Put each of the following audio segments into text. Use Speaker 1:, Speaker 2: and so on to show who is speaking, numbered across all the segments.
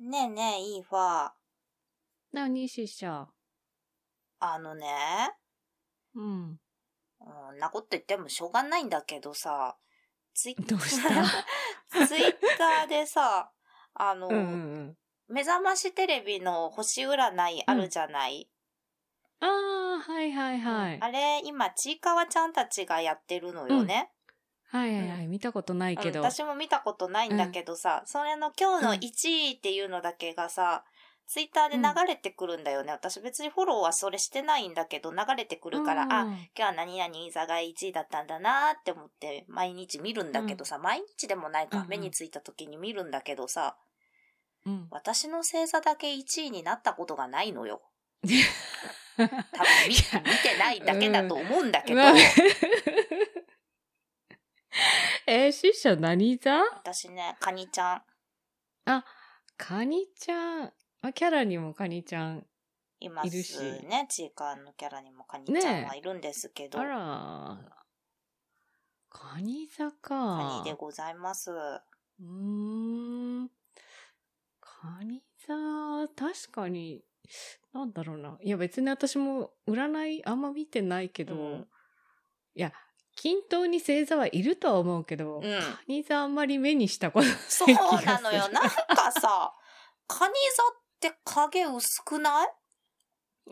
Speaker 1: ねえねえ、イーファー。
Speaker 2: 何ししゃ。
Speaker 1: あのね、
Speaker 2: うん。
Speaker 1: うん、なこと言ってもしょうがないんだけどさ、ツイッ
Speaker 2: どうした。
Speaker 1: ツイッターでさ、あの、
Speaker 2: うん。
Speaker 1: 目覚ましテレビの星占いあるじゃない、
Speaker 2: ああ、はいはいはい。
Speaker 1: あれ、今、ちいかわちゃんたちがやってるのよね。
Speaker 2: はいはいはい。見たことないけ
Speaker 1: うん
Speaker 2: ど。
Speaker 1: 私も見たことないんだけどさ、それの今日の1位っていうのだけがさ、ツイッターで流れてくるんだよね。私別にフォローはそれしてないんだけど、流れてくるから、あ、
Speaker 2: うん
Speaker 1: 今日は何々座が1位だったんだなーって思って毎日見るんだけどさ、毎日でもない
Speaker 2: うん
Speaker 1: か
Speaker 2: うん
Speaker 1: 目についた時に見るんだけどさ、
Speaker 2: うん。
Speaker 1: 私の星座だけ1位になったことがないの よ。多分見
Speaker 2: いや
Speaker 1: 見てないだけだと思うんだけど、
Speaker 2: うん えー、ししゃ何座
Speaker 1: 私ね、カニちゃん、
Speaker 2: カニちゃん。あ、キャラにもカニちゃん。
Speaker 1: いま
Speaker 2: いる
Speaker 1: す
Speaker 2: し
Speaker 1: ね。ちいかわのキャラにもカニちゃん
Speaker 2: ねえ
Speaker 1: はいるんですけど、
Speaker 2: あら。カニ座
Speaker 1: カ
Speaker 2: か。
Speaker 1: ニでございます。
Speaker 2: うーん。カニ座、確かに、なんだろうな。いや別に私も占いあんま見てないけど、
Speaker 1: うん
Speaker 2: いや、均等に星座はいるとは思うけど、
Speaker 1: うん
Speaker 2: カニ座あんまり目にしたことない
Speaker 1: そ
Speaker 2: 気
Speaker 1: う
Speaker 2: が する。
Speaker 1: なのよ。なんかさ、カニ座って影薄くない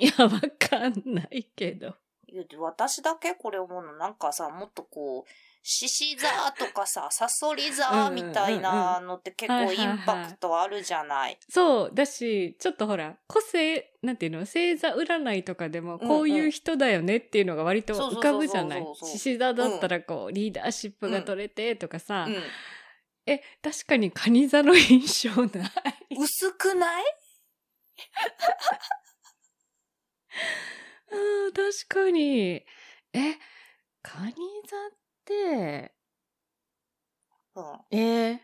Speaker 2: いや、わかんないけど。
Speaker 1: いや私だけこれ思うのなんかさもっとこう獅子座とか さサソリ座みたいなのって結
Speaker 2: うんうん
Speaker 1: 構
Speaker 2: うん
Speaker 1: イ
Speaker 2: はいはいはい
Speaker 1: ンパクトあるじゃない。
Speaker 2: そう、だし、ちょっとほら、個性、なんていうの、星座占いとかでも、
Speaker 1: うん
Speaker 2: こういう人だよねっていうのが割と浮かぶじゃない
Speaker 1: そうそうそうそうそう
Speaker 2: 獅子座だったらこう、リーダーシップが取れてとかさ、
Speaker 1: う
Speaker 2: え、確かにカニ座の印象ない。
Speaker 1: ん、薄くない
Speaker 2: うん、確かに。え、カニ座って、
Speaker 1: うん。
Speaker 2: えー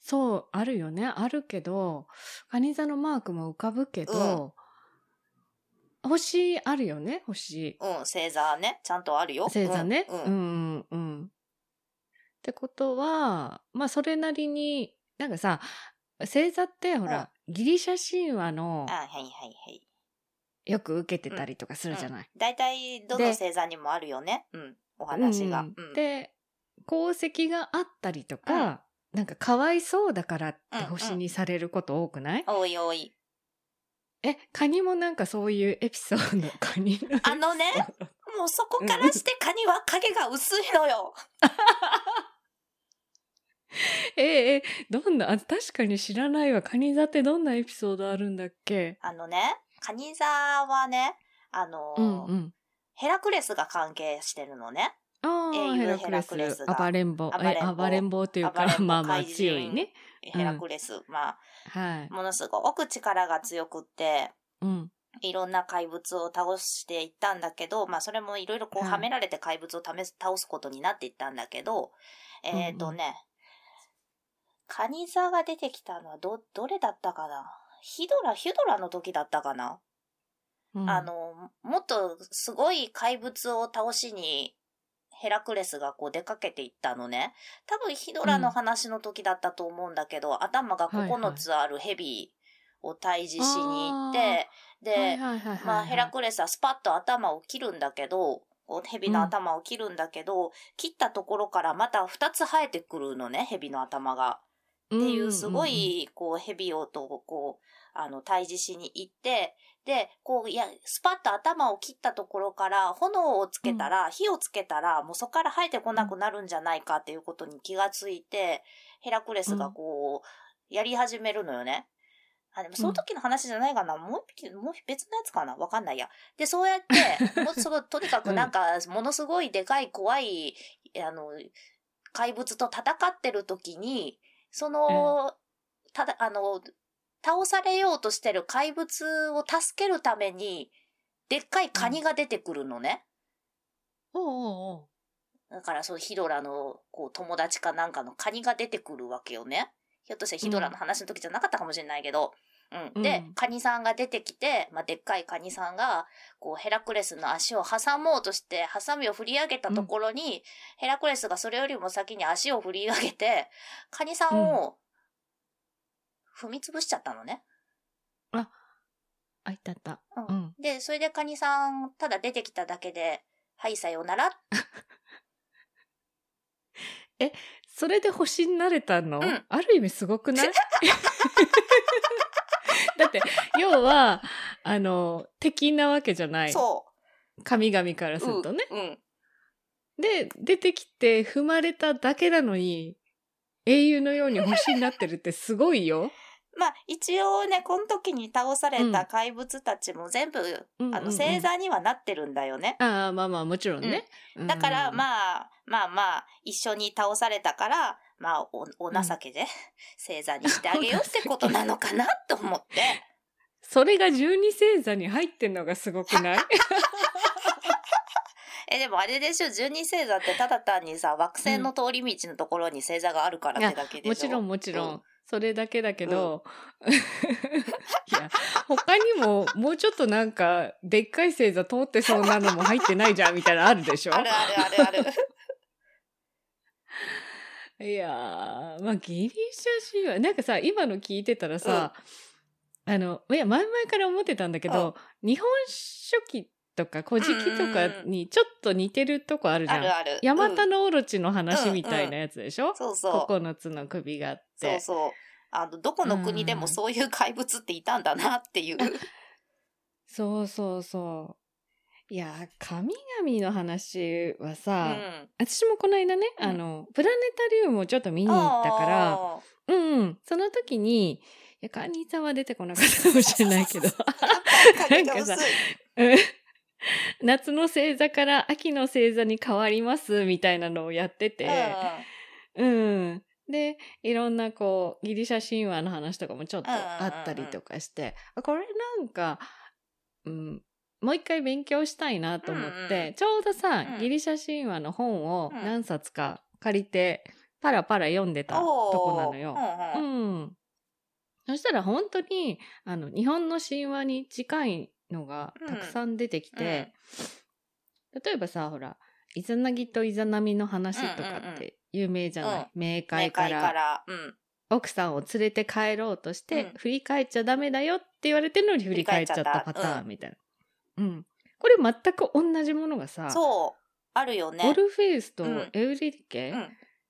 Speaker 2: そう、あるよね。あるけど、カニ座のマークも浮かぶけど、星あるよね、星。
Speaker 1: うん、星座ね。ちゃんとあるよ。
Speaker 2: 星座ね。
Speaker 1: う。
Speaker 2: うんん、
Speaker 1: う
Speaker 2: うんん、うん。ってことは、まあ、それなりに、なんかさ、星座って、ほら、ギリシャ神話の
Speaker 1: あ、はいはいはい。
Speaker 2: よく受けてたりとかするじゃない。
Speaker 1: 大体、どの
Speaker 2: で
Speaker 1: 星座にもあるよね。うん。お話が。
Speaker 2: うん
Speaker 1: うん
Speaker 2: で功績があったりとか、なんかかわいそうだからって星にされること多くない、
Speaker 1: おいおい。
Speaker 2: えカニもなんかそういうエピソードカニのエピソード
Speaker 1: あのねもうそこからしてカニは影が薄いのよ。
Speaker 2: えええどんなあ確かに知らないわカニ座ってどんなエピソードあるんだっけ
Speaker 1: あのね、カニ座はね、あのー
Speaker 2: うんうん
Speaker 1: ヘラクレスが関係してるのね。
Speaker 2: あ
Speaker 1: 英
Speaker 2: あ
Speaker 1: 雄
Speaker 2: ヘラクレ
Speaker 1: ヘラクレス
Speaker 2: ス
Speaker 1: が
Speaker 2: 暴れん坊え
Speaker 1: 暴
Speaker 2: 暴
Speaker 1: れ
Speaker 2: れ
Speaker 1: ん
Speaker 2: ん坊という
Speaker 1: 暴れ
Speaker 2: か
Speaker 1: ん坊
Speaker 2: まあまあ
Speaker 1: 怪人
Speaker 2: 強いね
Speaker 1: ヘラクレス、まあ、
Speaker 2: はい
Speaker 1: ものすごく力が強くって、
Speaker 2: うん
Speaker 1: いろんな怪物を倒していったんだけど、まあそれもいろいろこう
Speaker 2: はい
Speaker 1: はめられて怪物を試す倒すことになっていったんだけど、えっ、とね、カニ座が出てきたのはど、どれだったかなヒドラ、ヒドラの時だったかな、
Speaker 2: うん
Speaker 1: あの、もっとすごい怪物を倒しに、ヘラクレスがこう出かけていったのね。多分ヒドラの話の時だったと思うんだけど、頭が9つあるヘビを退治しに行って、
Speaker 2: はいはい
Speaker 1: で、
Speaker 2: はいはいはいはい
Speaker 1: まあヘラクレスはスパッと頭を切るんだけど、こうヘビの頭を切るんだけど、切ったところからまた2つ生えてくるのね、ヘビの頭が。っていうすごいこうヘビをとこうあの対峙しに行ってでこういやスパッと頭を切ったところから炎をつけたら、火をつけたらもうそこから生えてこなくなるんじゃないかっていうことに気がついてヘラクレスがこう、やり始めるのよね。あでもその時の話じゃないかな、もう一匹もう別のやつかなわかんないや。でそうやってもうそのとにかく なんかものすごいでかい怖いあの怪物と戦ってる時にその、ただあの倒されようとしてる怪物を助けるためにでっかいカニが出てくるのね。
Speaker 2: おうおうおう
Speaker 1: だからそうヒドラのこう友達かなんかのカニが出てくるわけよね。ひょっとしたらヒドラの話の時じゃなかったかもしれないけど。うん、で、
Speaker 2: うん
Speaker 1: カニさんが出てきて、まあ、でっかいカニさんがこうヘラクレスの足を挟もうとしてハサミを振り上げたところに、ヘラクレスがそれよりも先に足を振り上げてカニさんを踏み潰しちゃったのね。
Speaker 2: あ、いたあった。
Speaker 1: うん
Speaker 2: うん。
Speaker 1: で、それでカニさん、ただ出てきただけで、はい、さようなら。
Speaker 2: それで星になれたの、
Speaker 1: うん
Speaker 2: ある意味すごく ないだって、要は、あの、敵なわけじゃない。
Speaker 1: そ
Speaker 2: 神々から
Speaker 1: う。
Speaker 2: するとね。
Speaker 1: うん。うん
Speaker 2: で、出てきて踏まれただけなのに、英雄のように星になってるってすごいよ。
Speaker 1: まあ、一応ね、この時に倒され
Speaker 2: うん
Speaker 1: た怪物たちも全部、あの、
Speaker 2: 星
Speaker 1: 星
Speaker 2: 座
Speaker 1: 座にはなってるんだよね。
Speaker 2: ああ、まあまあ、もちろんね。
Speaker 1: だから、
Speaker 2: あ、
Speaker 1: まあ、まあまあ、一緒に倒されたから、まあ、お、お情けで、星座にしてあげようってことなのかなと思って。
Speaker 2: それが十二星座に入ってんのがすごくない
Speaker 1: え、でもあれでしょ、十二星座ってただ単にさ、惑星の通り道のところに星座があるからってだけでしょ。
Speaker 2: もちろん、もちろん。
Speaker 1: うん
Speaker 2: それだけだけど、 いや、他にも、もうちょっとなんか、でっかい星座通ってそうなのも入ってないじゃん、みたいなのあるでしょ
Speaker 1: あるあるあるある。
Speaker 2: いやー、まあ、ギリシャ神話、なんかさ、今の聞いてたらさ、あの、いや、前々から思ってたんだけど、日本書紀とか古事記とかにちょっと似てるとこあるじゃ
Speaker 1: あ
Speaker 2: ん。
Speaker 1: るある。
Speaker 2: ヤマ
Speaker 1: う
Speaker 2: タ
Speaker 1: ん
Speaker 2: ノオロチの話みたいなやつでしょ、
Speaker 1: そうそう。
Speaker 2: ?9 つの首があって。
Speaker 1: そうそう。あの、どこの国でもそういう怪物っていたんだなっていう。
Speaker 2: そうそうそう。いやー、神々の話はさ、私もこの間ね、
Speaker 1: うん
Speaker 2: あの、プラネタリウムをちょっと見
Speaker 1: う
Speaker 2: に
Speaker 1: ん。
Speaker 2: 行ったから、
Speaker 1: あ
Speaker 2: うんうん、その時に、いや、カニさんは出てこなかったかもしれな いけど、
Speaker 1: ー。影が薄
Speaker 2: なん
Speaker 1: い
Speaker 2: か。うん夏の星座から秋の星座に変わります、みたいなのをやってて、うん。で、いろんなこう、ギリシャ神話の話とかもちょっとあったりとかして、あこれなんか、うん、もう一回勉強したいなと思って、
Speaker 1: うんうん
Speaker 2: ちょうどさ、
Speaker 1: うん
Speaker 2: ギリシャ神話の本を
Speaker 1: うん
Speaker 2: 何冊か借りて、パラパラ読んでた
Speaker 1: うん。
Speaker 2: と
Speaker 1: おー
Speaker 2: こなのよ。
Speaker 1: うん
Speaker 2: う
Speaker 1: うん
Speaker 2: ん。そしたら本当に、あの、日本の神話に近いのがたくさん出てきて、例えばさ、ほら、イザナギとイザナミの話とか
Speaker 1: うんうんう
Speaker 2: っ
Speaker 1: ん
Speaker 2: て有名じゃない、
Speaker 1: うん
Speaker 2: 冥
Speaker 1: 冥
Speaker 2: 界か
Speaker 1: 界からら。うん。
Speaker 2: 奥さんを連れて帰ろうとして、
Speaker 1: うん
Speaker 2: 振り返っちゃダメだよって言われてるのに振り返っちゃったパターンみたいな。うん、これ全く同じものがさ、
Speaker 1: そう。あるよね。
Speaker 2: オルフェウスと
Speaker 1: うん
Speaker 2: エウリリケ、
Speaker 1: うん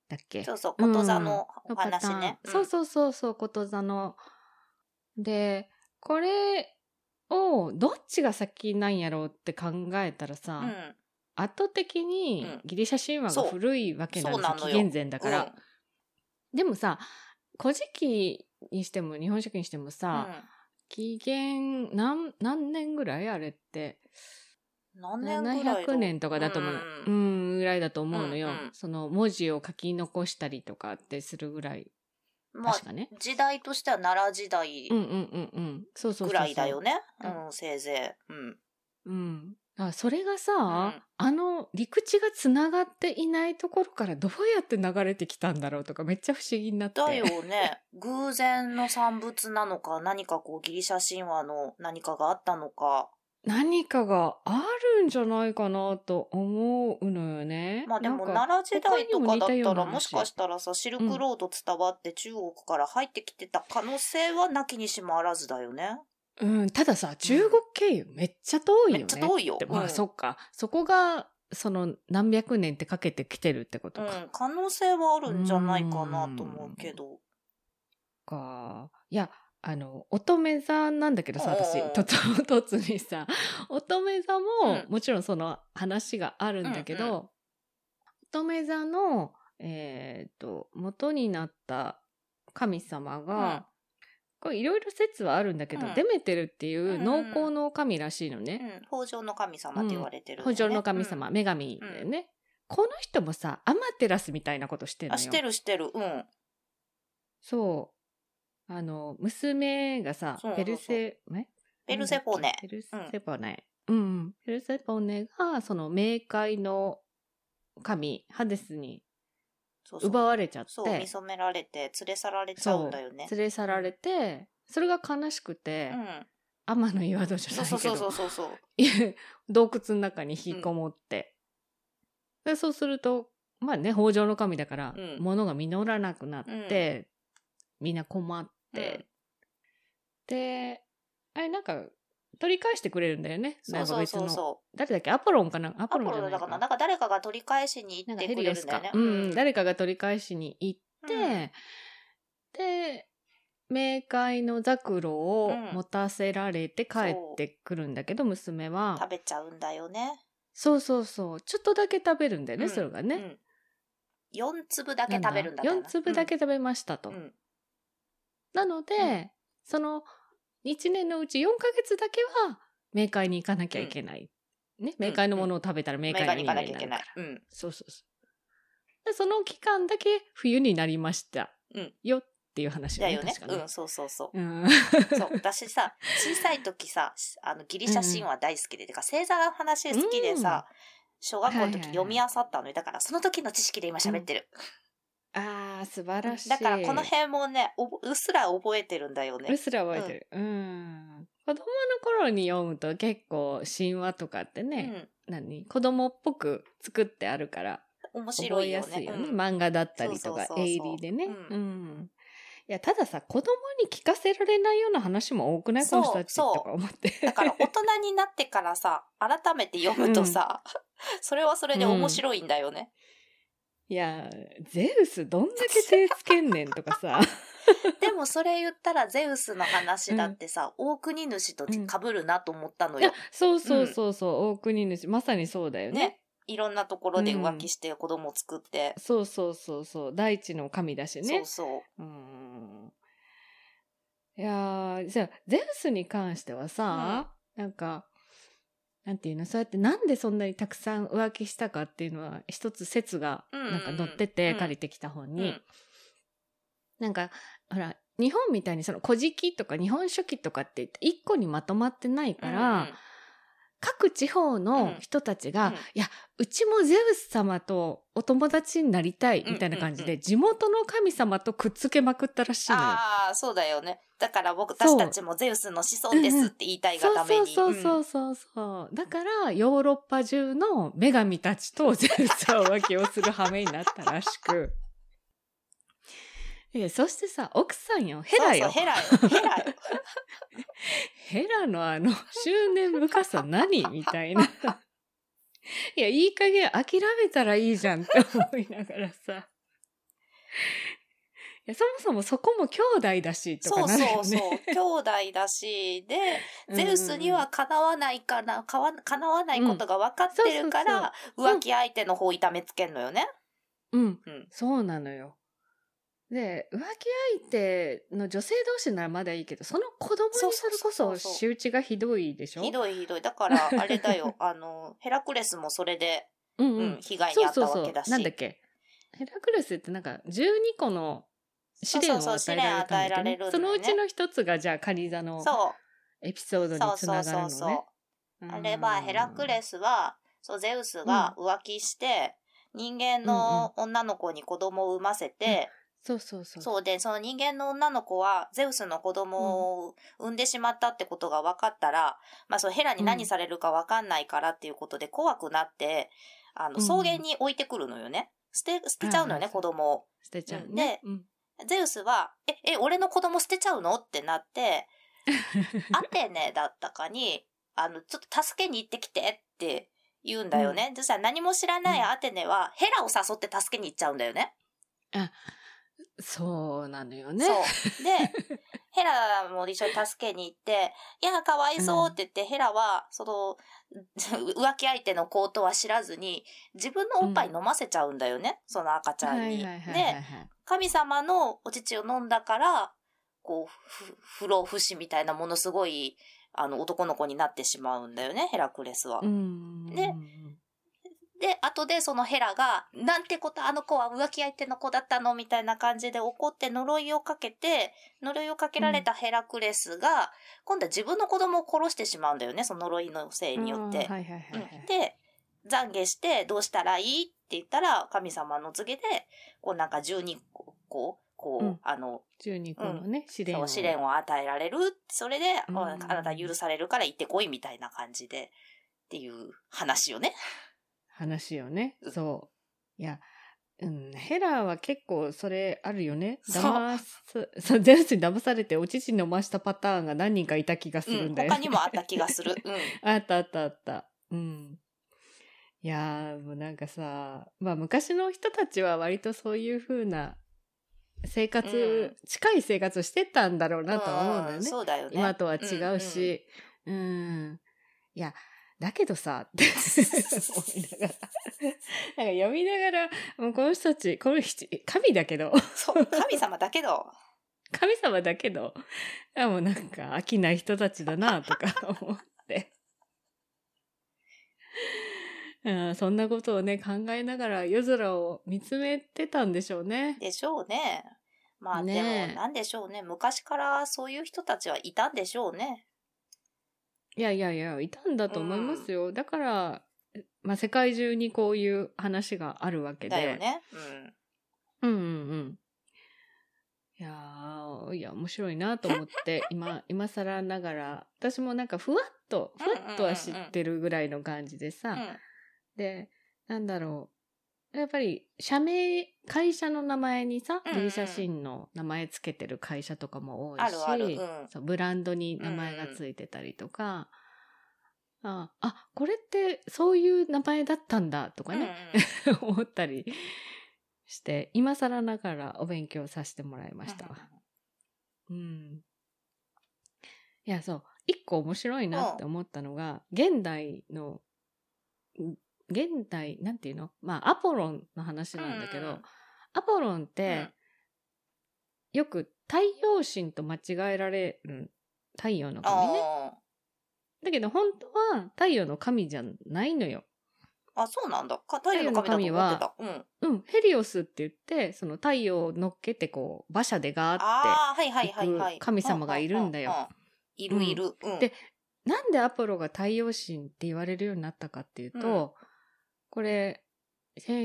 Speaker 2: だっけ
Speaker 1: そうそう。こと座のお
Speaker 2: のパタ
Speaker 1: 話
Speaker 2: ーン
Speaker 1: ね。ん
Speaker 2: そうそうそうそう、ことざの。で、これをどっちが先なんやろうって考えたらさ、
Speaker 1: うん。
Speaker 2: 圧倒的に
Speaker 1: うん
Speaker 2: ギリシャ神話が古いわけなんです
Speaker 1: そうな。
Speaker 2: よ
Speaker 1: の
Speaker 2: 紀
Speaker 1: よ
Speaker 2: 元前だから。
Speaker 1: うん
Speaker 2: でもさ、古事記にしても日本書紀にしてもさ、紀元何、何年ぐらいあれって。
Speaker 1: うん。何年ぐらいの
Speaker 2: 700年とかだと思う。
Speaker 1: う
Speaker 2: う
Speaker 1: んん。、
Speaker 2: ぐらいだと思うのよ、
Speaker 1: うんうん
Speaker 2: その文字を書き残したりとかってするぐらい。
Speaker 1: まあ
Speaker 2: 確、かね。
Speaker 1: 時代としては奈良時代
Speaker 2: うんうんうんうん。そうそうそうそう。
Speaker 1: ぐらいだよね。
Speaker 2: そうそうそう
Speaker 1: うん、せいぜい。うん。
Speaker 2: うん。あそれがさ、
Speaker 1: ん
Speaker 2: あの陸地がつながっていないところからどうやって流れてきたんだろうとかめっちゃ不思議になって。
Speaker 1: だよね。偶然の産物なのか、何かこうギリシャ神話の何かがあったのか。
Speaker 2: 何かがあるんじゃないかなと思うのよね。
Speaker 1: まあでも
Speaker 2: なんか
Speaker 1: 奈良時代とかだ
Speaker 2: 他にも似たよ
Speaker 1: った
Speaker 2: うな
Speaker 1: ら
Speaker 2: 話
Speaker 1: もしかしたらさ、シルクロード伝わって中国から入ってきてた可能性はなきにしもあらずだよね。
Speaker 2: うん、たださ、中国経由めっちゃ遠いよね。
Speaker 1: めっちゃ遠いよ
Speaker 2: ってま
Speaker 1: う
Speaker 2: あ
Speaker 1: ん
Speaker 2: そっか。そこが、その何百年ってかけてきてるってこと
Speaker 1: う
Speaker 2: か。
Speaker 1: ん、可能性はあるんじゃないかなと思うけど。
Speaker 2: か。いや、あの、乙女座なんだけど
Speaker 1: お
Speaker 2: さ、
Speaker 1: うおう
Speaker 2: 私、とつ、と つにさ、乙女座も、
Speaker 1: うん
Speaker 2: もちろんその話があるんだけど、
Speaker 1: うんう
Speaker 2: 乙女座の、えっと、元になった神様が、
Speaker 1: うん
Speaker 2: これいろいろ説はあるんだけど、
Speaker 1: うん
Speaker 2: デメテルってい
Speaker 1: ん
Speaker 2: う
Speaker 1: うん
Speaker 2: 農耕の神らしいのね。
Speaker 1: うん、北条の神様って言われてる、ね。
Speaker 2: 補助の神様、女神だよね。この人もさ、アマテラスみたいなことして
Speaker 1: うんん。
Speaker 2: の
Speaker 1: あ、
Speaker 2: よ。
Speaker 1: してるしてる。うん。
Speaker 2: そう。あの、娘がさ
Speaker 1: そう、そ
Speaker 2: ペ
Speaker 1: うそう
Speaker 2: ルセ、え
Speaker 1: ペルセフォーネ。
Speaker 2: ペルセフォネ。うんうん。ペルセフォネが、その、冥界の神、ハデスに
Speaker 1: そうそう
Speaker 2: 奪われちゃって、
Speaker 1: そう、見初められて、連れ去られちゃうんだよね。
Speaker 2: 連れ去られて、それが悲しくて、
Speaker 1: うん。
Speaker 2: 天の岩戸じゃ
Speaker 1: そ
Speaker 2: な
Speaker 1: う
Speaker 2: いけ
Speaker 1: そ
Speaker 2: ど、
Speaker 1: うそうそうそう そう。
Speaker 2: 洞窟の中に引きこもって、でそうするとまあね北条の神だから、
Speaker 1: うん
Speaker 2: 物が実らなくなって、みんな困って、で、あれなんか、取り返してくれるんだよね。
Speaker 1: そうそうそう
Speaker 2: なんか別の
Speaker 1: そう。
Speaker 2: 誰だっけアポロンかなア
Speaker 1: ア
Speaker 2: ポ
Speaker 1: ポ
Speaker 2: ロンじゃ
Speaker 1: ロ
Speaker 2: ない
Speaker 1: だ
Speaker 2: か
Speaker 1: か
Speaker 2: な
Speaker 1: な。なんか誰かが取り返しに行
Speaker 2: な
Speaker 1: っ
Speaker 2: んか
Speaker 1: て
Speaker 2: ヘ
Speaker 1: く
Speaker 2: リ
Speaker 1: れ
Speaker 2: オ
Speaker 1: る
Speaker 2: ス
Speaker 1: んだ
Speaker 2: か
Speaker 1: よね。。
Speaker 2: うん、誰かが取り返しに行って、
Speaker 1: うん
Speaker 2: で、冥界のザクロを
Speaker 1: うん
Speaker 2: 持たせられて帰ってくるんだけど、娘は
Speaker 1: 食。べちゃうんだよね。
Speaker 2: そうそうそう。ちょっとだけ食べるんだよね、
Speaker 1: うん
Speaker 2: それが
Speaker 1: う
Speaker 2: ね。
Speaker 1: ん。4粒だけ食べるんだった
Speaker 2: な
Speaker 1: か
Speaker 2: だ
Speaker 1: な
Speaker 2: 4粒だけ食べました
Speaker 1: う
Speaker 2: と。
Speaker 1: んうん
Speaker 2: なので、
Speaker 1: うん
Speaker 2: その1年のうち4ヶ月だけは冥界に行かなきゃいけない。ね、冥界のものを食べたら冥
Speaker 1: メ
Speaker 2: 界
Speaker 1: ーカーに行
Speaker 2: の
Speaker 1: か
Speaker 2: 人間
Speaker 1: な
Speaker 2: に
Speaker 1: きゃい
Speaker 2: な
Speaker 1: け
Speaker 2: るか
Speaker 1: な
Speaker 2: ら
Speaker 1: い。。うん。
Speaker 2: そうそうそう。で、その期間だけ冬になりました。
Speaker 1: うん
Speaker 2: よっていう話
Speaker 1: だよね。
Speaker 2: 確か
Speaker 1: うん、そうそうそう。
Speaker 2: うん。
Speaker 1: そう私さ小さい時さあのギリシャ神話大好きで、てか星座の話好きでさ、小学校の
Speaker 2: はいは
Speaker 1: 時
Speaker 2: いはい
Speaker 1: 読み漁ったのよだからその時の知識で今喋ってる、
Speaker 2: ああ、素晴らしい。
Speaker 1: だからこの辺もねおぼうっすら覚えてるんだよ
Speaker 2: うっ
Speaker 1: ね
Speaker 2: すら覚えてる。うん。子供の頃に読むと結構神話とかってね、何子供っぽく作ってあるから
Speaker 1: うん、面白
Speaker 2: 覚え
Speaker 1: いよ
Speaker 2: や
Speaker 1: ね
Speaker 2: すいよね。
Speaker 1: うん
Speaker 2: 漫画だったりとか
Speaker 1: そうそうそうそう
Speaker 2: エイリーでね。
Speaker 1: う
Speaker 2: うんん。いや、たださ、子供に聞かせられないような話も多くない
Speaker 1: そ
Speaker 2: こ
Speaker 1: う
Speaker 2: の人たちとか思って。
Speaker 1: だから大人になってからさ改めて読むとさ、 それはそれで面白いんだよね、
Speaker 2: いや、ゼウスどんだけ手つけんねんと かさ。
Speaker 1: でもそれ言ったらゼウスの話だってさ、大国主と被るなと思ったの
Speaker 2: い
Speaker 1: よ、
Speaker 2: や、そうそうそうそう、大国主、まさにそうだよね。
Speaker 1: ねいろんなところで浮気して子供作って、
Speaker 2: そうそうそうそう、大地の神だし
Speaker 1: そ
Speaker 2: ね
Speaker 1: う。そう
Speaker 2: うん。いやー、じゃあ、ゼウスに関してはさ、なんか、なんていうの、そうやってなんでそんなにたくさん浮気したかっていうのは、一つ説が、
Speaker 1: うんうんうん
Speaker 2: なんか載ってて、
Speaker 1: うん
Speaker 2: 借りてきた本に。
Speaker 1: うん
Speaker 2: なんか、ほら、日本みたいにその古事記とか日本書紀とかって一個にまとまってないから、各地方の人たちが、
Speaker 1: うん
Speaker 2: いや、うちもゼウス様とお友達になりたいみたいな感じで、
Speaker 1: うんうん
Speaker 2: 地元の神様とくっつけまくったらしいのよ。
Speaker 1: ああそうだよねだから僕
Speaker 2: そ
Speaker 1: 私
Speaker 2: う
Speaker 1: たちもゼウスの子孫ですって言いたいがため
Speaker 2: そう
Speaker 1: に
Speaker 2: そう
Speaker 1: う
Speaker 2: そ
Speaker 1: ん
Speaker 2: うそうそう、だから、ヨーロッパ中の女神たちとゼウスは浮気をする羽目になったらし く。いやそしてさ、奥さんよ、ヘラ
Speaker 1: そう
Speaker 2: よ
Speaker 1: そう。ヘラよヘラよ
Speaker 2: ヘラのあの執念深さ何みたいな。 いや、いい加減諦めたらいいじゃんって思いながらさ。いやそもそもそこも兄弟だし と
Speaker 1: そ
Speaker 2: か
Speaker 1: う
Speaker 2: なるよね。
Speaker 1: そうそう兄弟だしで、
Speaker 2: うん
Speaker 1: ゼウスにはかなわないかなかわかなわないことが分かってるか
Speaker 2: うんそ
Speaker 1: ら、
Speaker 2: そうそう
Speaker 1: 浮気相手の方痛めつけんのよね、
Speaker 2: うん
Speaker 1: うん、
Speaker 2: そうなのよ。で、浮気相手の女性同士ならまだいいけど、その子供にそれこ
Speaker 1: そうそうそう
Speaker 2: そ
Speaker 1: そう
Speaker 2: 仕打ちがひどいでしょ
Speaker 1: ひどいひどいだ からあれだよあのヘラクレスもそれで、
Speaker 2: うん
Speaker 1: う
Speaker 2: うん
Speaker 1: ん、被害に遭
Speaker 2: そう
Speaker 1: った
Speaker 2: そうそ
Speaker 1: わけ
Speaker 2: う
Speaker 1: だし。
Speaker 2: なんだっけヘラクレスってなんか12個の試練を
Speaker 1: そうそ
Speaker 2: 与
Speaker 1: うそう
Speaker 2: えられたんだ
Speaker 1: 試練与えら
Speaker 2: けど、
Speaker 1: れる
Speaker 2: ね
Speaker 1: んだよね
Speaker 2: そのうちの一つがじゃあカニ座の
Speaker 1: そう
Speaker 2: エピソードに
Speaker 1: そう
Speaker 2: つ
Speaker 1: そ
Speaker 2: な
Speaker 1: う
Speaker 2: が
Speaker 1: そう
Speaker 2: る
Speaker 1: そ
Speaker 2: の
Speaker 1: う、
Speaker 2: ね。
Speaker 1: あれはヘラクレスはそうゼウスが浮気して、人間の女の子に子供を産ませて、
Speaker 2: ス。そうそうそう。
Speaker 1: そうでその人間の女の子はゼウスの子供を産んでしまったってことが分かったら、まあ、そうヘラに何されるか分かんないからっていうことで怖くなってあの
Speaker 2: うん
Speaker 1: 草原に置いてくるのよね。捨て捨てちゃうのよね、
Speaker 2: はい
Speaker 1: 子供を。
Speaker 2: 捨てちゃうね。うん
Speaker 1: ゼウスは「ええ俺の子供捨てちゃうの?」ってな ってアテネだったかにあのちょっと助けに行ってきてって言うんだよね。そしたら何も知らないアテネはヘラを誘って助けに行っちゃうんだよね。
Speaker 2: そうなのよね。
Speaker 1: そうでヘラも一緒に助けに行って「いやかわいそう」って言って、ヘラはその 浮気相手のことは知らずに自分のおっぱい飲ませちゃうんだよね、その赤ちゃんに。で神様のお乳を飲んだから、こう、ふ不老不死みたいなものすごい、あの、男の子になってしまうんだよね、ヘラクレスは。
Speaker 2: うん。
Speaker 1: でで、後でそのヘラが、なんてこと、あの子は浮気相手の子だったのみたいな感じで怒って呪いをかけて、呪いをかけられたヘラクレスが、今度は自分の子供を殺してしまうんだよね、その呪いのせいによって。
Speaker 2: うんはいはいはいはい
Speaker 1: うんで懺悔してどうしたらいいって言ったら神様の告げでこうなんか12個こうこう、
Speaker 2: うん
Speaker 1: あの
Speaker 2: 12個のね、試練
Speaker 1: そう
Speaker 2: を。
Speaker 1: 試練を与えられるそれで、
Speaker 2: うん
Speaker 1: ああなた許されるから行ってこいみたいな感じでっていう話よね。
Speaker 2: 話よね
Speaker 1: うん。
Speaker 2: そう。いや、うん、ヘラは結構それあるよね。騙す、そう、ゼウスに騙されてお乳飲ましたパターンが何人かいた気がする
Speaker 1: うんん、
Speaker 2: だよ、
Speaker 1: 他にもあった気がする。うん。
Speaker 2: あったあったあった。うん。いやー、もうなんかさ、まあ昔の人たちは割とそういう風な生活、近い生活をしてたんだろうなとは思うんだよ
Speaker 1: ん
Speaker 2: ね。
Speaker 1: そうだよね。
Speaker 2: 今とは違うし、うん、いや、だけどさ、って思いながら。なんか読みながら、もうこの人たち、この人、神だけ
Speaker 1: う
Speaker 2: ど、
Speaker 1: ん うん。そう、神様だけど、
Speaker 2: 神様だけど、いやもうなんか飽きない人たちだな、とか 思って。うん、そんなことをね、考えながら夜空を見つめてたんでしょうね。
Speaker 1: でしょうね。まあ、
Speaker 2: ねえ
Speaker 1: でも、なんでしょうね。昔からそういう人たちはいたんでしょうね。
Speaker 2: いやいやいや、いたんだと思いますよ。だから、まあ、世界中にこういう話があるわけで。
Speaker 1: だよね。
Speaker 2: うんうんうん。いやー、いや、面白いなと 思って、今、今更ながら、私もなんかふわっと、ふわっとは知ってるぐらいの感じでさ、
Speaker 1: うん。うん。
Speaker 2: で、なんだろう。やっぱり、社名、会社の名前にさ、
Speaker 1: うんうん
Speaker 2: ギリシャ神の名前つけてる会社とかも多いし、
Speaker 1: あるあるうん
Speaker 2: そうブランドに名前がついてたりとか、ああ、これってそういう名前だったんだとか
Speaker 1: うんうん
Speaker 2: ね、思ったりして、今更ながらお勉強させてもらいましたわ。うん。いや、そう。一個面白いなって思ったのが、現代の、ん現代、なんていうのまあ、アポロンの話なんだけど、
Speaker 1: うん
Speaker 2: アポロンって、よく太陽神と間違えられる太陽の 神ね。
Speaker 1: あ
Speaker 2: だけど本当は太陽の神じゃないのよ。
Speaker 1: あ。あ、そうなんだ。か太陽の神だと思ってた。うん。
Speaker 2: うん、ヘリオスって言って、その太陽を乗っけてこう、馬車でガーって
Speaker 1: ああ、はいはいはいは
Speaker 2: 行
Speaker 1: い。
Speaker 2: く神様がいるんだよ
Speaker 1: ううううん。いるいる。うん。
Speaker 2: でなんでアポロが太陽神って言われるようになったかっていうと、
Speaker 1: うん
Speaker 2: これ、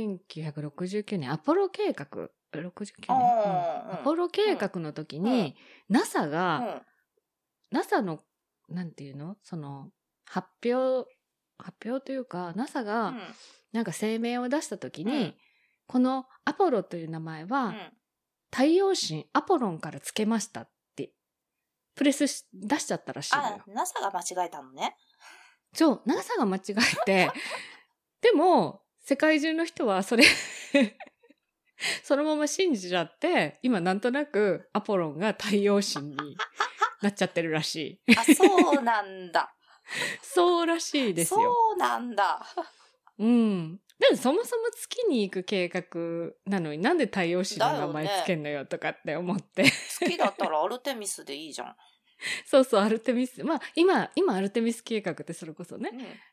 Speaker 2: 1969年、アポロ計画、69年、
Speaker 1: あ
Speaker 2: うん
Speaker 1: あ、
Speaker 2: アポロ計画の時に、NASA が、
Speaker 1: うん。
Speaker 2: NASA の、なんていうのその、発表、発表というか、NASA
Speaker 1: う
Speaker 2: が、
Speaker 1: ん
Speaker 2: なんか声明を出した時に、
Speaker 1: うん
Speaker 2: このアポロという名前は、
Speaker 1: うん
Speaker 2: 太陽神アポロンからつけましたって、プレスし出しちゃったらしいのよ
Speaker 1: あ。、NASA が間違えたの ね。
Speaker 2: そう、長さが間違えて、 でも、世界中の人はそれ、 そのまま信じちゃって、今なんとなくアポロンが太陽神になっちゃってるらしい。
Speaker 1: あ、そうなんだ。
Speaker 2: そうらしいです
Speaker 1: そ
Speaker 2: よ。
Speaker 1: うなんだ。
Speaker 2: うん。でもそもそも月に行く計画なのになんで太陽神の名
Speaker 1: だよ
Speaker 2: 前
Speaker 1: ね
Speaker 2: つけんのよとかって思って。
Speaker 1: 好きだったらアルテミスでいいじゃん。
Speaker 2: そうそう、アルテミス。まあ今、今アルテミス計画ってそれこそね、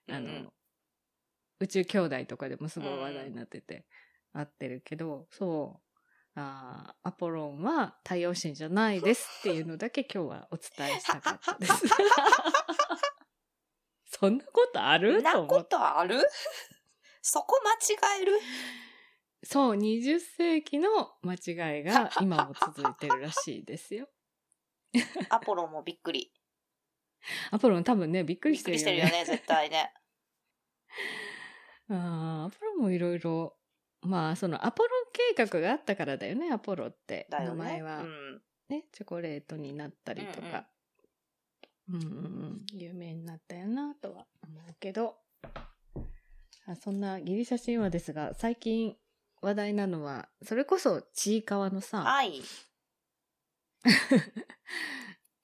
Speaker 1: うん
Speaker 2: あの、
Speaker 1: うん
Speaker 2: 宇宙兄弟とかでもすごい話題になってて、合ってるけど、そう、あーアポロンは太陽神じゃないですっていうのだけ今日はお伝えしたかっ たです。そんなことある
Speaker 1: な
Speaker 2: と思
Speaker 1: こ
Speaker 2: って。
Speaker 1: とある そこ間違える
Speaker 2: そう、20世紀の間違 いが今も続いてるらしいですよ。
Speaker 1: アポロもびっくり。
Speaker 2: アポロン多分ね、びっく
Speaker 1: びっ
Speaker 2: りし
Speaker 1: く
Speaker 2: てる
Speaker 1: り
Speaker 2: よ
Speaker 1: してるよね、
Speaker 2: ね。
Speaker 1: 絶対 ね。
Speaker 2: あーアポロンもいろいろ、まあそのアポロン計画があったからだよね、アポロって。
Speaker 1: だよ
Speaker 2: 名
Speaker 1: ね。
Speaker 2: 前
Speaker 1: う
Speaker 2: は。
Speaker 1: ん。
Speaker 2: ね、チョコレートになったりとか、うんうんうん、有名になったよなとは思うけどあ、そんなギリシャ神話ですが、最近話題なのは、それこそちいかわのさ、
Speaker 1: はい。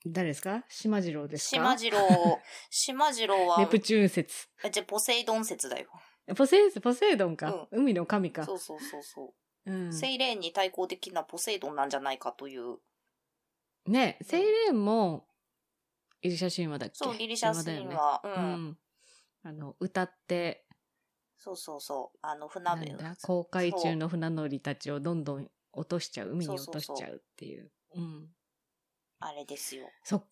Speaker 2: 誰ですか島次郎です
Speaker 1: 島
Speaker 2: か
Speaker 1: 次郎。島次郎は、
Speaker 2: ネプチューン説。
Speaker 1: えじゃあポセイドン説だよ。
Speaker 2: ポセイズポセイドンか、海の神か。
Speaker 1: そうそうそうそうう。
Speaker 2: ん、
Speaker 1: セイレーンに対抗的なポセイドンなんじゃないかという。
Speaker 2: ね、セイレーンもギリシャ神話だっけ
Speaker 1: そう、ギリシャ神
Speaker 2: だよね
Speaker 1: 話。
Speaker 2: う
Speaker 1: うん。
Speaker 2: ん。あの、歌って、
Speaker 1: そうそうそう。あの、船
Speaker 2: なん
Speaker 1: 部。
Speaker 2: だ航海中の船乗りたちをどんどん落としちゃう海に落としちゃうっていううん
Speaker 1: あれですよ。
Speaker 2: そう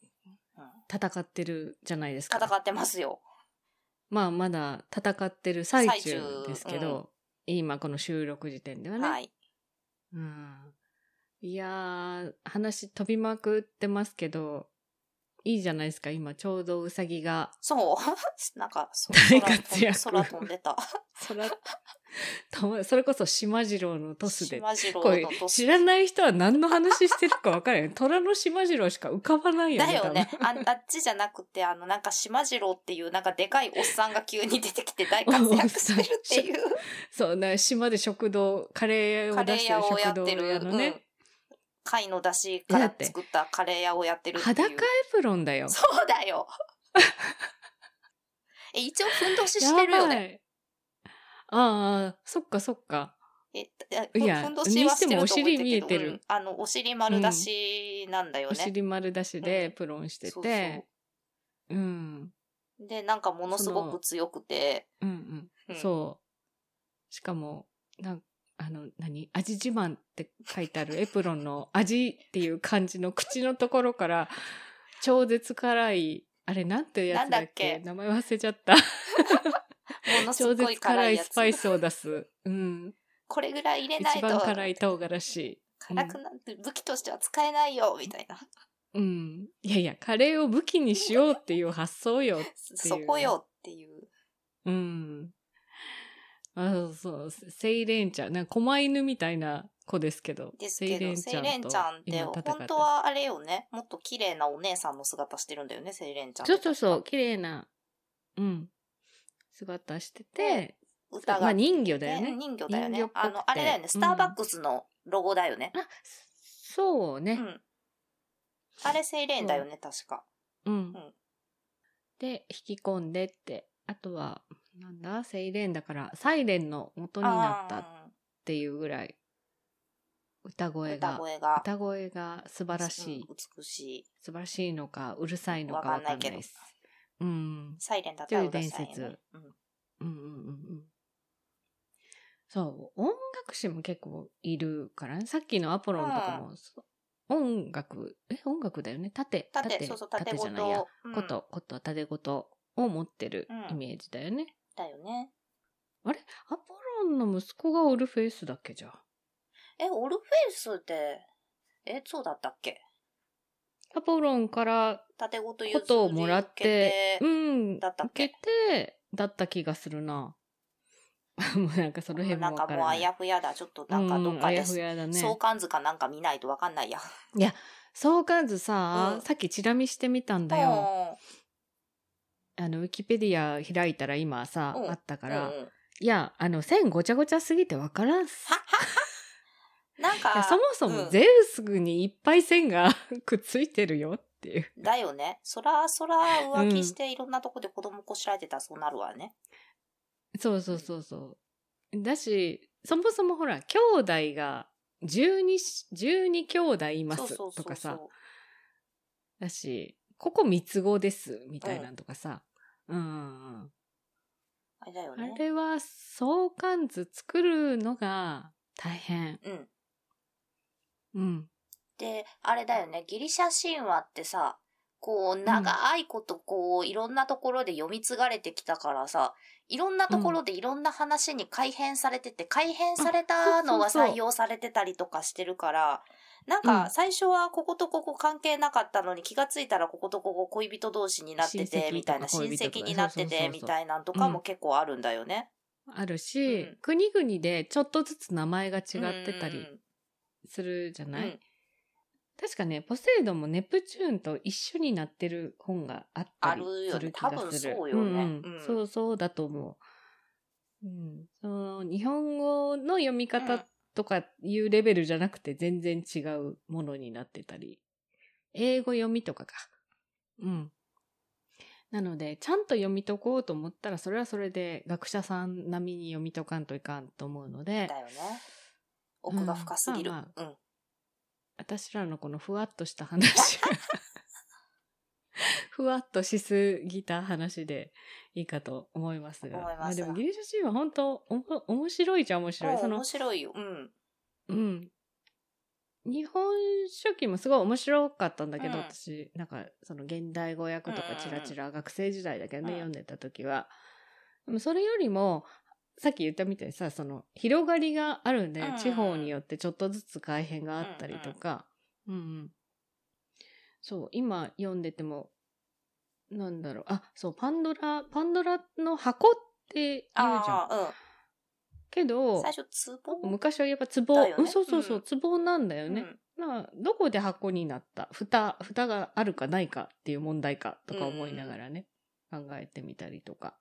Speaker 1: うん
Speaker 2: 戦ってるじゃないですか
Speaker 1: 戦ってますよ。
Speaker 2: まあまだ戦ってる最中
Speaker 1: 最中
Speaker 2: ですけど、今この収録時点ではね、
Speaker 1: はい。
Speaker 2: うん、いやー話飛びまくってますけどいいじゃないですか、今ちょうどうさぎが
Speaker 1: そう。 なんか、そ
Speaker 2: 大
Speaker 1: 空
Speaker 2: 活躍
Speaker 1: 飛ん空飛んでた。
Speaker 2: 空とそれこそ島次郎のトスで。
Speaker 1: 島次郎
Speaker 2: これ
Speaker 1: のトス
Speaker 2: 知らない人は何の話してるか分からない。 虎の島次郎しか浮かばないよ
Speaker 1: だ
Speaker 2: ね。
Speaker 1: よね。ああっちじゃなくて、あの、なんか島次郎っていう、なんかでかいおっさんが急に出てきて大活躍してるってい う。
Speaker 2: 多分そうな、島で食堂、カレー
Speaker 1: カ
Speaker 2: を
Speaker 1: レー
Speaker 2: 出してる
Speaker 1: 屋をやっ
Speaker 2: 食
Speaker 1: て
Speaker 2: 堂
Speaker 1: る。
Speaker 2: 屋のね、
Speaker 1: うん貝の出汁から作ったカレー屋をやってるっていう。
Speaker 2: 裸エプロンだよ。
Speaker 1: そうだよ。 え、一応、ふんどししてるよね。
Speaker 2: ね。ああ、そっかそっか。
Speaker 1: え、だ
Speaker 2: いや
Speaker 1: ふんどしはしてると思ってたけど
Speaker 2: にしてもお尻見えてる
Speaker 1: うんあの、お尻丸出しなんだよ
Speaker 2: お
Speaker 1: ね。
Speaker 2: 尻丸出し
Speaker 1: う
Speaker 2: で
Speaker 1: ん
Speaker 2: プロンして
Speaker 1: そうそう
Speaker 2: て。うん。
Speaker 1: で、なんかものすごく強くて。
Speaker 2: うんうん。
Speaker 1: うん
Speaker 2: そう。しかも、なんあの、何味自慢って書いてあるエプロンの味っていう感じの口のところから、 超絶辛い、あれなんてやつだっけ
Speaker 1: なんだっけ
Speaker 2: 名前忘れちゃった。
Speaker 1: も のす
Speaker 2: 超
Speaker 1: ごい辛
Speaker 2: 絶辛
Speaker 1: い
Speaker 2: い
Speaker 1: やつ
Speaker 2: ス。パイスを出す。うん。
Speaker 1: これぐらい入れない
Speaker 2: 一
Speaker 1: と
Speaker 2: 番辛い唐辛子。
Speaker 1: 辛くなって武器としては使えないよみたいな。
Speaker 2: うん。いやいや、カレーを武器にしようっていう発想よ。
Speaker 1: そこよっていう。
Speaker 2: うん。あそうそう、セセイレーンちゃん。なんか、狛犬みたいな子ですけど。
Speaker 1: ですけど、セイレンちゃんって、
Speaker 2: 今
Speaker 1: 本
Speaker 2: 戦
Speaker 1: 当はあれよね、もっと綺麗なお姉さんの姿してるんだよね、セイレンちゃんって。
Speaker 2: そうそうそう、綺麗な、うん、姿してて、
Speaker 1: 歌が。
Speaker 2: まあ人魚だよね。
Speaker 1: 人魚だよね
Speaker 2: 人魚っぽくて
Speaker 1: あの、あれだよね、スターバックスのロゴだよね。
Speaker 2: あ、そう
Speaker 1: う
Speaker 2: ね。
Speaker 1: ん。あれセイレンだよね、確か。
Speaker 2: うん。
Speaker 1: ん
Speaker 2: で、引き込んでって。あとは、なんだ、セイレーンだから、サイレンの元になったっ
Speaker 1: あ
Speaker 2: ていうぐらい、歌
Speaker 1: ー
Speaker 2: 声
Speaker 1: 歌
Speaker 2: が、
Speaker 1: 声が。
Speaker 2: 歌声が素晴らしい
Speaker 1: うん。美しい。
Speaker 2: 素晴らしいのか、うるさいの
Speaker 1: わ
Speaker 2: か
Speaker 1: か
Speaker 2: わ
Speaker 1: んな
Speaker 2: か
Speaker 1: い
Speaker 2: ん
Speaker 1: け
Speaker 2: な
Speaker 1: ど
Speaker 2: いです。うん。
Speaker 1: サイレンだったら
Speaker 2: と
Speaker 1: 歌
Speaker 2: いう伝
Speaker 1: したい
Speaker 2: 説
Speaker 1: よね。うん
Speaker 2: うんうんうんうん。そう、音楽誌も結構いるからね。さっきのアポロンとかも、そう音楽、え、音楽だよね。縦、
Speaker 1: 縦、そうそう、縦ご
Speaker 2: じゃないや。
Speaker 1: と。うん
Speaker 2: こと、こと、縦ごとを持ってる
Speaker 1: うん
Speaker 2: イメージだよね。
Speaker 1: だよね。
Speaker 2: アポロンの息子がオルフェイスだっけじゃあ。
Speaker 1: え、オルフェイスって、え、そうだったっけ
Speaker 2: アポロンから
Speaker 1: 縦ごと譲り受
Speaker 2: こ
Speaker 1: けて
Speaker 2: とをもらって、うん、
Speaker 1: だったっけ
Speaker 2: 受けて、だった気がするな。 もうなんかその辺
Speaker 1: な
Speaker 2: も
Speaker 1: んか
Speaker 2: わか
Speaker 1: もう
Speaker 2: らな
Speaker 1: あ
Speaker 2: い。
Speaker 1: やふやだ。ちょっとなんかどっか
Speaker 2: うんあ
Speaker 1: で
Speaker 2: や
Speaker 1: す、
Speaker 2: ふやだね。
Speaker 1: 相関図かなんか見ないとわかんないや。
Speaker 2: 相関図さ、
Speaker 1: うん
Speaker 2: さっきチラ見してみたんだよ。あの、ウィキペディア開いたら今さ、
Speaker 1: うん
Speaker 2: あったか
Speaker 1: うん
Speaker 2: ら、
Speaker 1: うん
Speaker 2: いや、あの、線ごちゃごちゃすぎてわからんっす。
Speaker 1: なん
Speaker 2: いや
Speaker 1: か、
Speaker 2: そもそ
Speaker 1: うん
Speaker 2: もゼウスにいっぱい線が くっついてるよっていう。
Speaker 1: だよね。そら、そら浮気していろんなとこで子供こしらえてたらそうなるわね。
Speaker 2: そうそうそうそう。だし、そもそもほら、兄弟が12し、12兄弟いま
Speaker 1: そう
Speaker 2: す
Speaker 1: そうそ
Speaker 2: と
Speaker 1: う
Speaker 2: か
Speaker 1: そ
Speaker 2: さ
Speaker 1: う。。
Speaker 2: だし、ここ三つ子ですみたいなんとかさ。うんうん。
Speaker 1: あれだよ
Speaker 2: あ
Speaker 1: ね。
Speaker 2: れは相関図作るのが大変。
Speaker 1: うん。
Speaker 2: うん。
Speaker 1: で、あれだよね。ギリシャ神話ってさ、こう、長いことこう、いろんなところで読み継がれてきたからさ、いろんなところでいろんな話に改変されてて、改変されたのが
Speaker 2: あそうそうそう
Speaker 1: 採用されてたりとかしてるから、なん
Speaker 2: う
Speaker 1: か
Speaker 2: ん
Speaker 1: 最初はこことここ関係なかったのに気がついたらこことここ恋人同士になって
Speaker 2: 親
Speaker 1: て
Speaker 2: 戚
Speaker 1: みたいな
Speaker 2: とか
Speaker 1: 親
Speaker 2: 恋人とか
Speaker 1: 戚になって
Speaker 2: そうそう
Speaker 1: て
Speaker 2: そう
Speaker 1: み
Speaker 2: そう
Speaker 1: たいなんとかも結構あるんだよね。
Speaker 2: あるし、
Speaker 1: うん
Speaker 2: 国々でちょっとずつ名前が違ってた
Speaker 1: うんうん
Speaker 2: り
Speaker 1: うん
Speaker 2: するじゃな
Speaker 1: う
Speaker 2: い、
Speaker 1: ん
Speaker 2: 確かね、ポセイドンもネプチューンと一緒になってる本があったり
Speaker 1: あるよね
Speaker 2: する気がす
Speaker 1: 多分
Speaker 2: る。
Speaker 1: そうよね
Speaker 2: んん
Speaker 1: うん
Speaker 2: そうそうだと思う。うん、その日本語の読み
Speaker 1: うん
Speaker 2: 方とかいうレベルじゃなくて全然違うものになってたり。英語読みとかか。うん。なので、ちゃんと読み解こうと思ったら、それはそれで学者さん並みに読み解かんといかんと思うので、
Speaker 1: だよね。奥が深すぎる。
Speaker 2: うんまあ
Speaker 1: うん。
Speaker 2: 私らのこのふわっとした話 がふわっとしすぎた話でいいかと思いますが。
Speaker 1: 思います
Speaker 2: あでもギリシャ神話本当おも面白いじゃ面白い。そ
Speaker 1: うん
Speaker 2: の
Speaker 1: 面、白いよ。うん。
Speaker 2: うん。日本書紀もすごい面白かったんだけど、
Speaker 1: うん
Speaker 2: 私、なんか、その現代語訳と
Speaker 1: うんうん
Speaker 2: か
Speaker 1: うん
Speaker 2: チラチラ学生時代だけどね、
Speaker 1: うん
Speaker 2: 読んでた時は。でもそれよりも、さっき言ったみたいにさ、その、広がりがあるんで、
Speaker 1: うんうんうん
Speaker 2: 地方によってちょっとずつ改変があったりとか、うん、うんそう、今読んでても、なんだろう、あ、そう、パンドラ、パンドラの箱って言うじゃん。
Speaker 1: ああ、
Speaker 2: け
Speaker 1: うん。
Speaker 2: ど
Speaker 1: 最、初、ツボ
Speaker 2: 昔はやっぱ壺、
Speaker 1: だよね
Speaker 2: うん、そうそうそうう、
Speaker 1: ん
Speaker 2: 壺なんだよ
Speaker 1: う
Speaker 2: ね。
Speaker 1: ん
Speaker 2: まあ、どこで箱になった蓋、蓋があるかないかっていう問題かとか思いながらね、考えてみたりとか。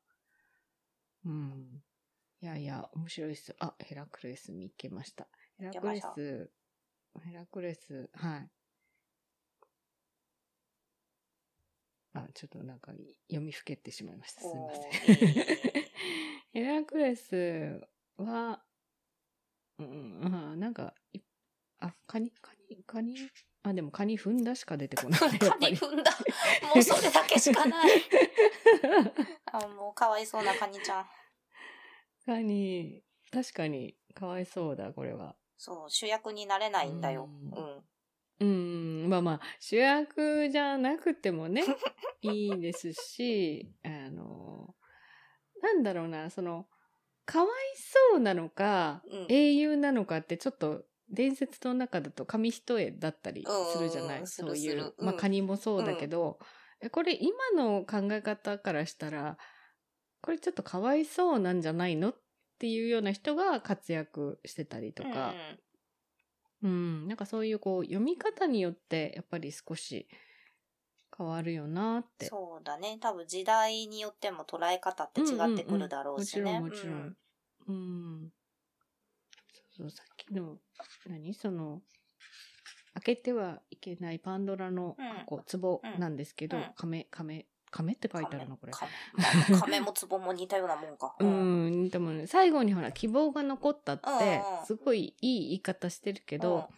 Speaker 2: うん。いやいや、面白いっす。あ、ヘラクレス見っけました。ヘラクレ
Speaker 1: 行
Speaker 2: ス、ヘラクレス、はい。あ、ちょっとなんか読みふけってしまいました。すみません。
Speaker 1: おーいえいえいえ
Speaker 2: ヘラクレスは、うん、あなんか、いあ、カニ、カニ、カニ、あ、でもカニ踏んだしか出てこ ない。 やっぱ
Speaker 1: カニ
Speaker 2: り
Speaker 1: 踏んだ。もうそれだけしか ない。あもう、かわいそうなカニちゃん。
Speaker 2: カニ、確かに、かわいそうだ、これは。
Speaker 1: そう、主役になれないんだよ。
Speaker 2: う
Speaker 1: うん。
Speaker 2: うん、まあまあ、主役じゃなくて もね、いいですし、あの、なんだろうな、その、かわいそうなのか、
Speaker 1: うん
Speaker 2: 英雄なのかってちょっと伝説の中だと紙一重だったりするじゃな
Speaker 1: うんうんう
Speaker 2: い
Speaker 1: んする
Speaker 2: そうい
Speaker 1: す
Speaker 2: う
Speaker 1: る、うん
Speaker 2: まあカニもそうだけど、えこれ今の考え方からしたらこれちょっとかわいそうなんじゃないのっていうような人が活躍してたりとか、うんなんかそういうこう読み方によってやっぱり少し変わるよなっ
Speaker 1: うん、
Speaker 2: て
Speaker 1: そうだね。多分時代によっても捉え方って違ってくるだろうしね。
Speaker 2: もちろん、もちろん。うん。そうそう、さっきの、何その、開けてはいけないパンドラの
Speaker 1: うん
Speaker 2: 箱、壺
Speaker 1: うん
Speaker 2: なんですけど、
Speaker 1: うん
Speaker 2: 亀、亀、亀って書
Speaker 1: うん
Speaker 2: いてあるのこれ。
Speaker 1: 亀亀まあ亀も壺も似たようなもんか。
Speaker 2: う。ん、でもね、最後にほら、希望が残ったって
Speaker 1: うんう、ん
Speaker 2: すごいいい言い方してるけ
Speaker 1: け
Speaker 2: ど、、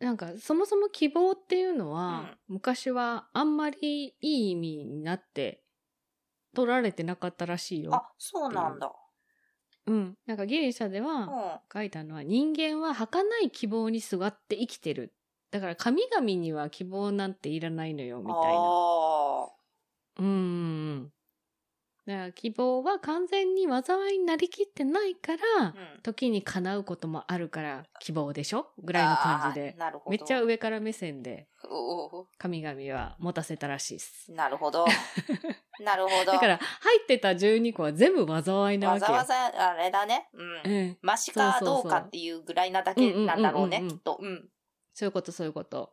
Speaker 2: なんか、そもそも希望っていうのは、昔はあんまりいい意味になって、取られてなかったらしいよ。
Speaker 1: あ、そうなんだ。
Speaker 2: うん。なんかギリシャで
Speaker 1: う
Speaker 2: は
Speaker 1: ん。、
Speaker 2: 書いたのは人間は儚い希望にすがって生きてる。だから神々には希望なんていらないのよ、み
Speaker 1: あ
Speaker 2: たいな。
Speaker 1: あ。
Speaker 2: うーん。だから希望は完全に災いになりきってないから、
Speaker 1: うん。
Speaker 2: 時に叶うこともあるから希望でしょぐらいの感じで
Speaker 1: あー。なるほど。
Speaker 2: めっちゃ上から目線で
Speaker 1: おお
Speaker 2: 神々は持たせたらしいっす。
Speaker 1: なるほ ど。なるほど。
Speaker 2: だから入ってた12個は全部災いな
Speaker 1: わ
Speaker 2: わけ
Speaker 1: ざ
Speaker 2: よ。
Speaker 1: わざ、あれだね。うん。
Speaker 2: うん。
Speaker 1: マシかどうかっていうぐらいなだけなんだろうね、
Speaker 2: そう
Speaker 1: き
Speaker 2: そう
Speaker 1: っと。うん。
Speaker 2: そういうこと、そういうこと。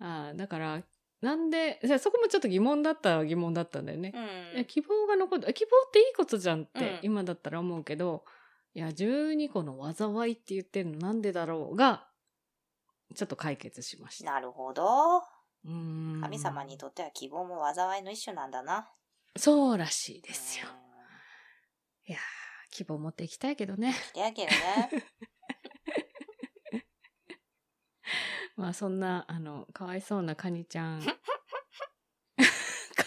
Speaker 2: ああ、だから、なんで、じゃあそこもちょっと疑問だったは疑問だったんだよね
Speaker 1: う。ん。
Speaker 2: いや希望が残る、あ希望っていいことじゃんっ
Speaker 1: うん
Speaker 2: て今だったら思うけど、いや、12個の災いって言ってるのなんでだろうが、ちょっと解決しました。
Speaker 1: なるほど。
Speaker 2: うーん
Speaker 1: 神様にとっては希望も災いの一種なんだな。
Speaker 2: そうらしいですよ。いやー、希望持っていきたいけどね。
Speaker 1: うん。やけどね。
Speaker 2: まあそんな、あの、かわいそうなカニちゃん。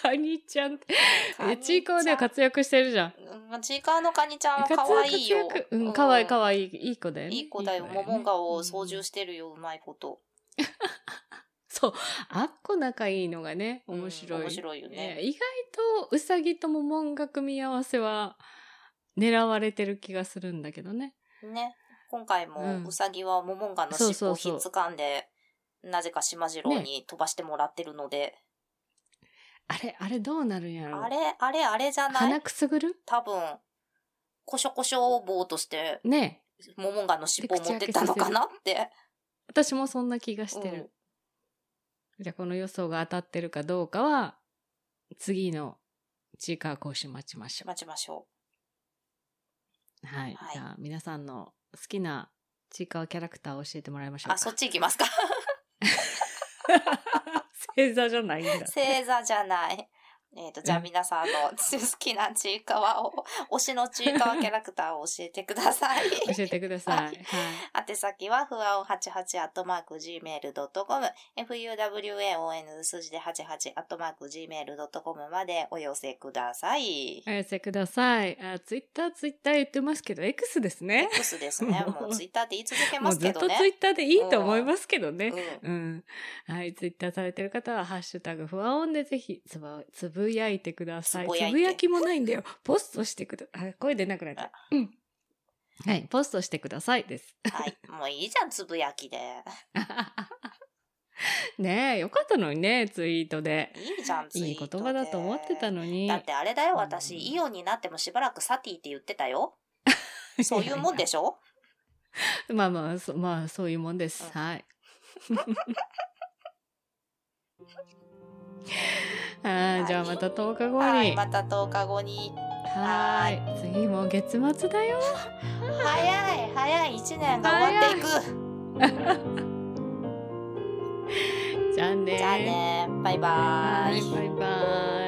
Speaker 2: カニちゃんって、 えちいかわでは活躍してるじゃん。
Speaker 1: うんちいかわのカニちゃんは可愛いよ
Speaker 2: 活躍。うん、可愛い可
Speaker 1: い
Speaker 2: 愛いいい子だよね。
Speaker 1: いい子だよ。モモンガを操
Speaker 2: うん
Speaker 1: 縦してるよ、うまいこと。
Speaker 2: そう。あっこ仲いいのがね、面白い。
Speaker 1: うん面白いよ
Speaker 2: ね
Speaker 1: ね。
Speaker 2: 意外とウサギとモモンガ組み合わせは狙われてる気がするんだけどね。
Speaker 1: ね。今回
Speaker 2: うん
Speaker 1: もウサギはモモンガの尻尾をひっつかんで、なぜか島次郎に飛ばしてもらってるので、
Speaker 2: あれ、あれどうなるんやろ
Speaker 1: あれ、あれ、あれじゃな
Speaker 2: 鼻
Speaker 1: い
Speaker 2: くすぐる
Speaker 1: 多分、こしょこしょ棒として、
Speaker 2: ねえ
Speaker 1: モモンガの尻尾を持ってったのかなって。
Speaker 2: 私もそんな気がして
Speaker 1: うん
Speaker 2: る。じゃあこの予想が当たってるかどうかは、次のちいかわ講師待ちましょう。
Speaker 1: 待ちましょ
Speaker 2: はい。
Speaker 1: はい
Speaker 2: じゃあ、皆さんの好きなちいかわキャラクターを教えてもらいま
Speaker 1: う。
Speaker 2: しょうか。
Speaker 1: あ、そっち行きますか。
Speaker 2: 星座じ ゃないんだ。
Speaker 1: 星座じゃない。えっ、と、じゃあ皆さんの好きなちいかわを、推しのちいかわキャラクターを教えてくださ い。
Speaker 2: 教えてください。は
Speaker 1: はいい。宛先は、ふわお88アットマーク gmail.com、fuwaon 数字で88アットマーク gmail.com までお寄せください
Speaker 2: お。寄せください。あ、ツイッター、ツイッター言ってますけど、X ですね。
Speaker 1: X です ね。もうツイッターって言い続け
Speaker 2: も
Speaker 1: ま
Speaker 2: う
Speaker 1: す
Speaker 2: ず
Speaker 1: け
Speaker 2: っ
Speaker 1: ど
Speaker 2: と
Speaker 1: ね。
Speaker 2: ツイッターでいいと思いますけど
Speaker 1: う
Speaker 2: ね。
Speaker 1: ん
Speaker 2: うん。はい。ツイッターされてる方は、ハッシュタグ、ふわおんでぜひつぶ、つぶやいてください。
Speaker 1: つぶやい
Speaker 2: つ
Speaker 1: て
Speaker 2: ぶやきもないんだよ。ポストしてくだ、あ、声出なくなった。うん。はい。ポストしてくださいです。
Speaker 1: はい。もういいじゃん、つぶやきで。
Speaker 2: ねえ、よかったのにね、ツイートで。
Speaker 1: いいじゃん、ツイー
Speaker 2: いい
Speaker 1: トで
Speaker 2: 言葉だと思ってたのに。
Speaker 1: だってあれだよ、
Speaker 2: うん
Speaker 1: 私、イオンになってもしばらくサティって言ってたよ。そういうもんでしょ
Speaker 2: まあまあ、そまあ、そういうもんです。
Speaker 1: う
Speaker 2: はい。 ああ、じゃあまた10日後に。
Speaker 1: はい、また10日後に。
Speaker 2: はーい。次もう月末だよ。
Speaker 1: 早い、早い、1年が終わっていく。
Speaker 2: じゃあね。
Speaker 1: じゃあね、バイバーイ。
Speaker 2: はいバイバイ。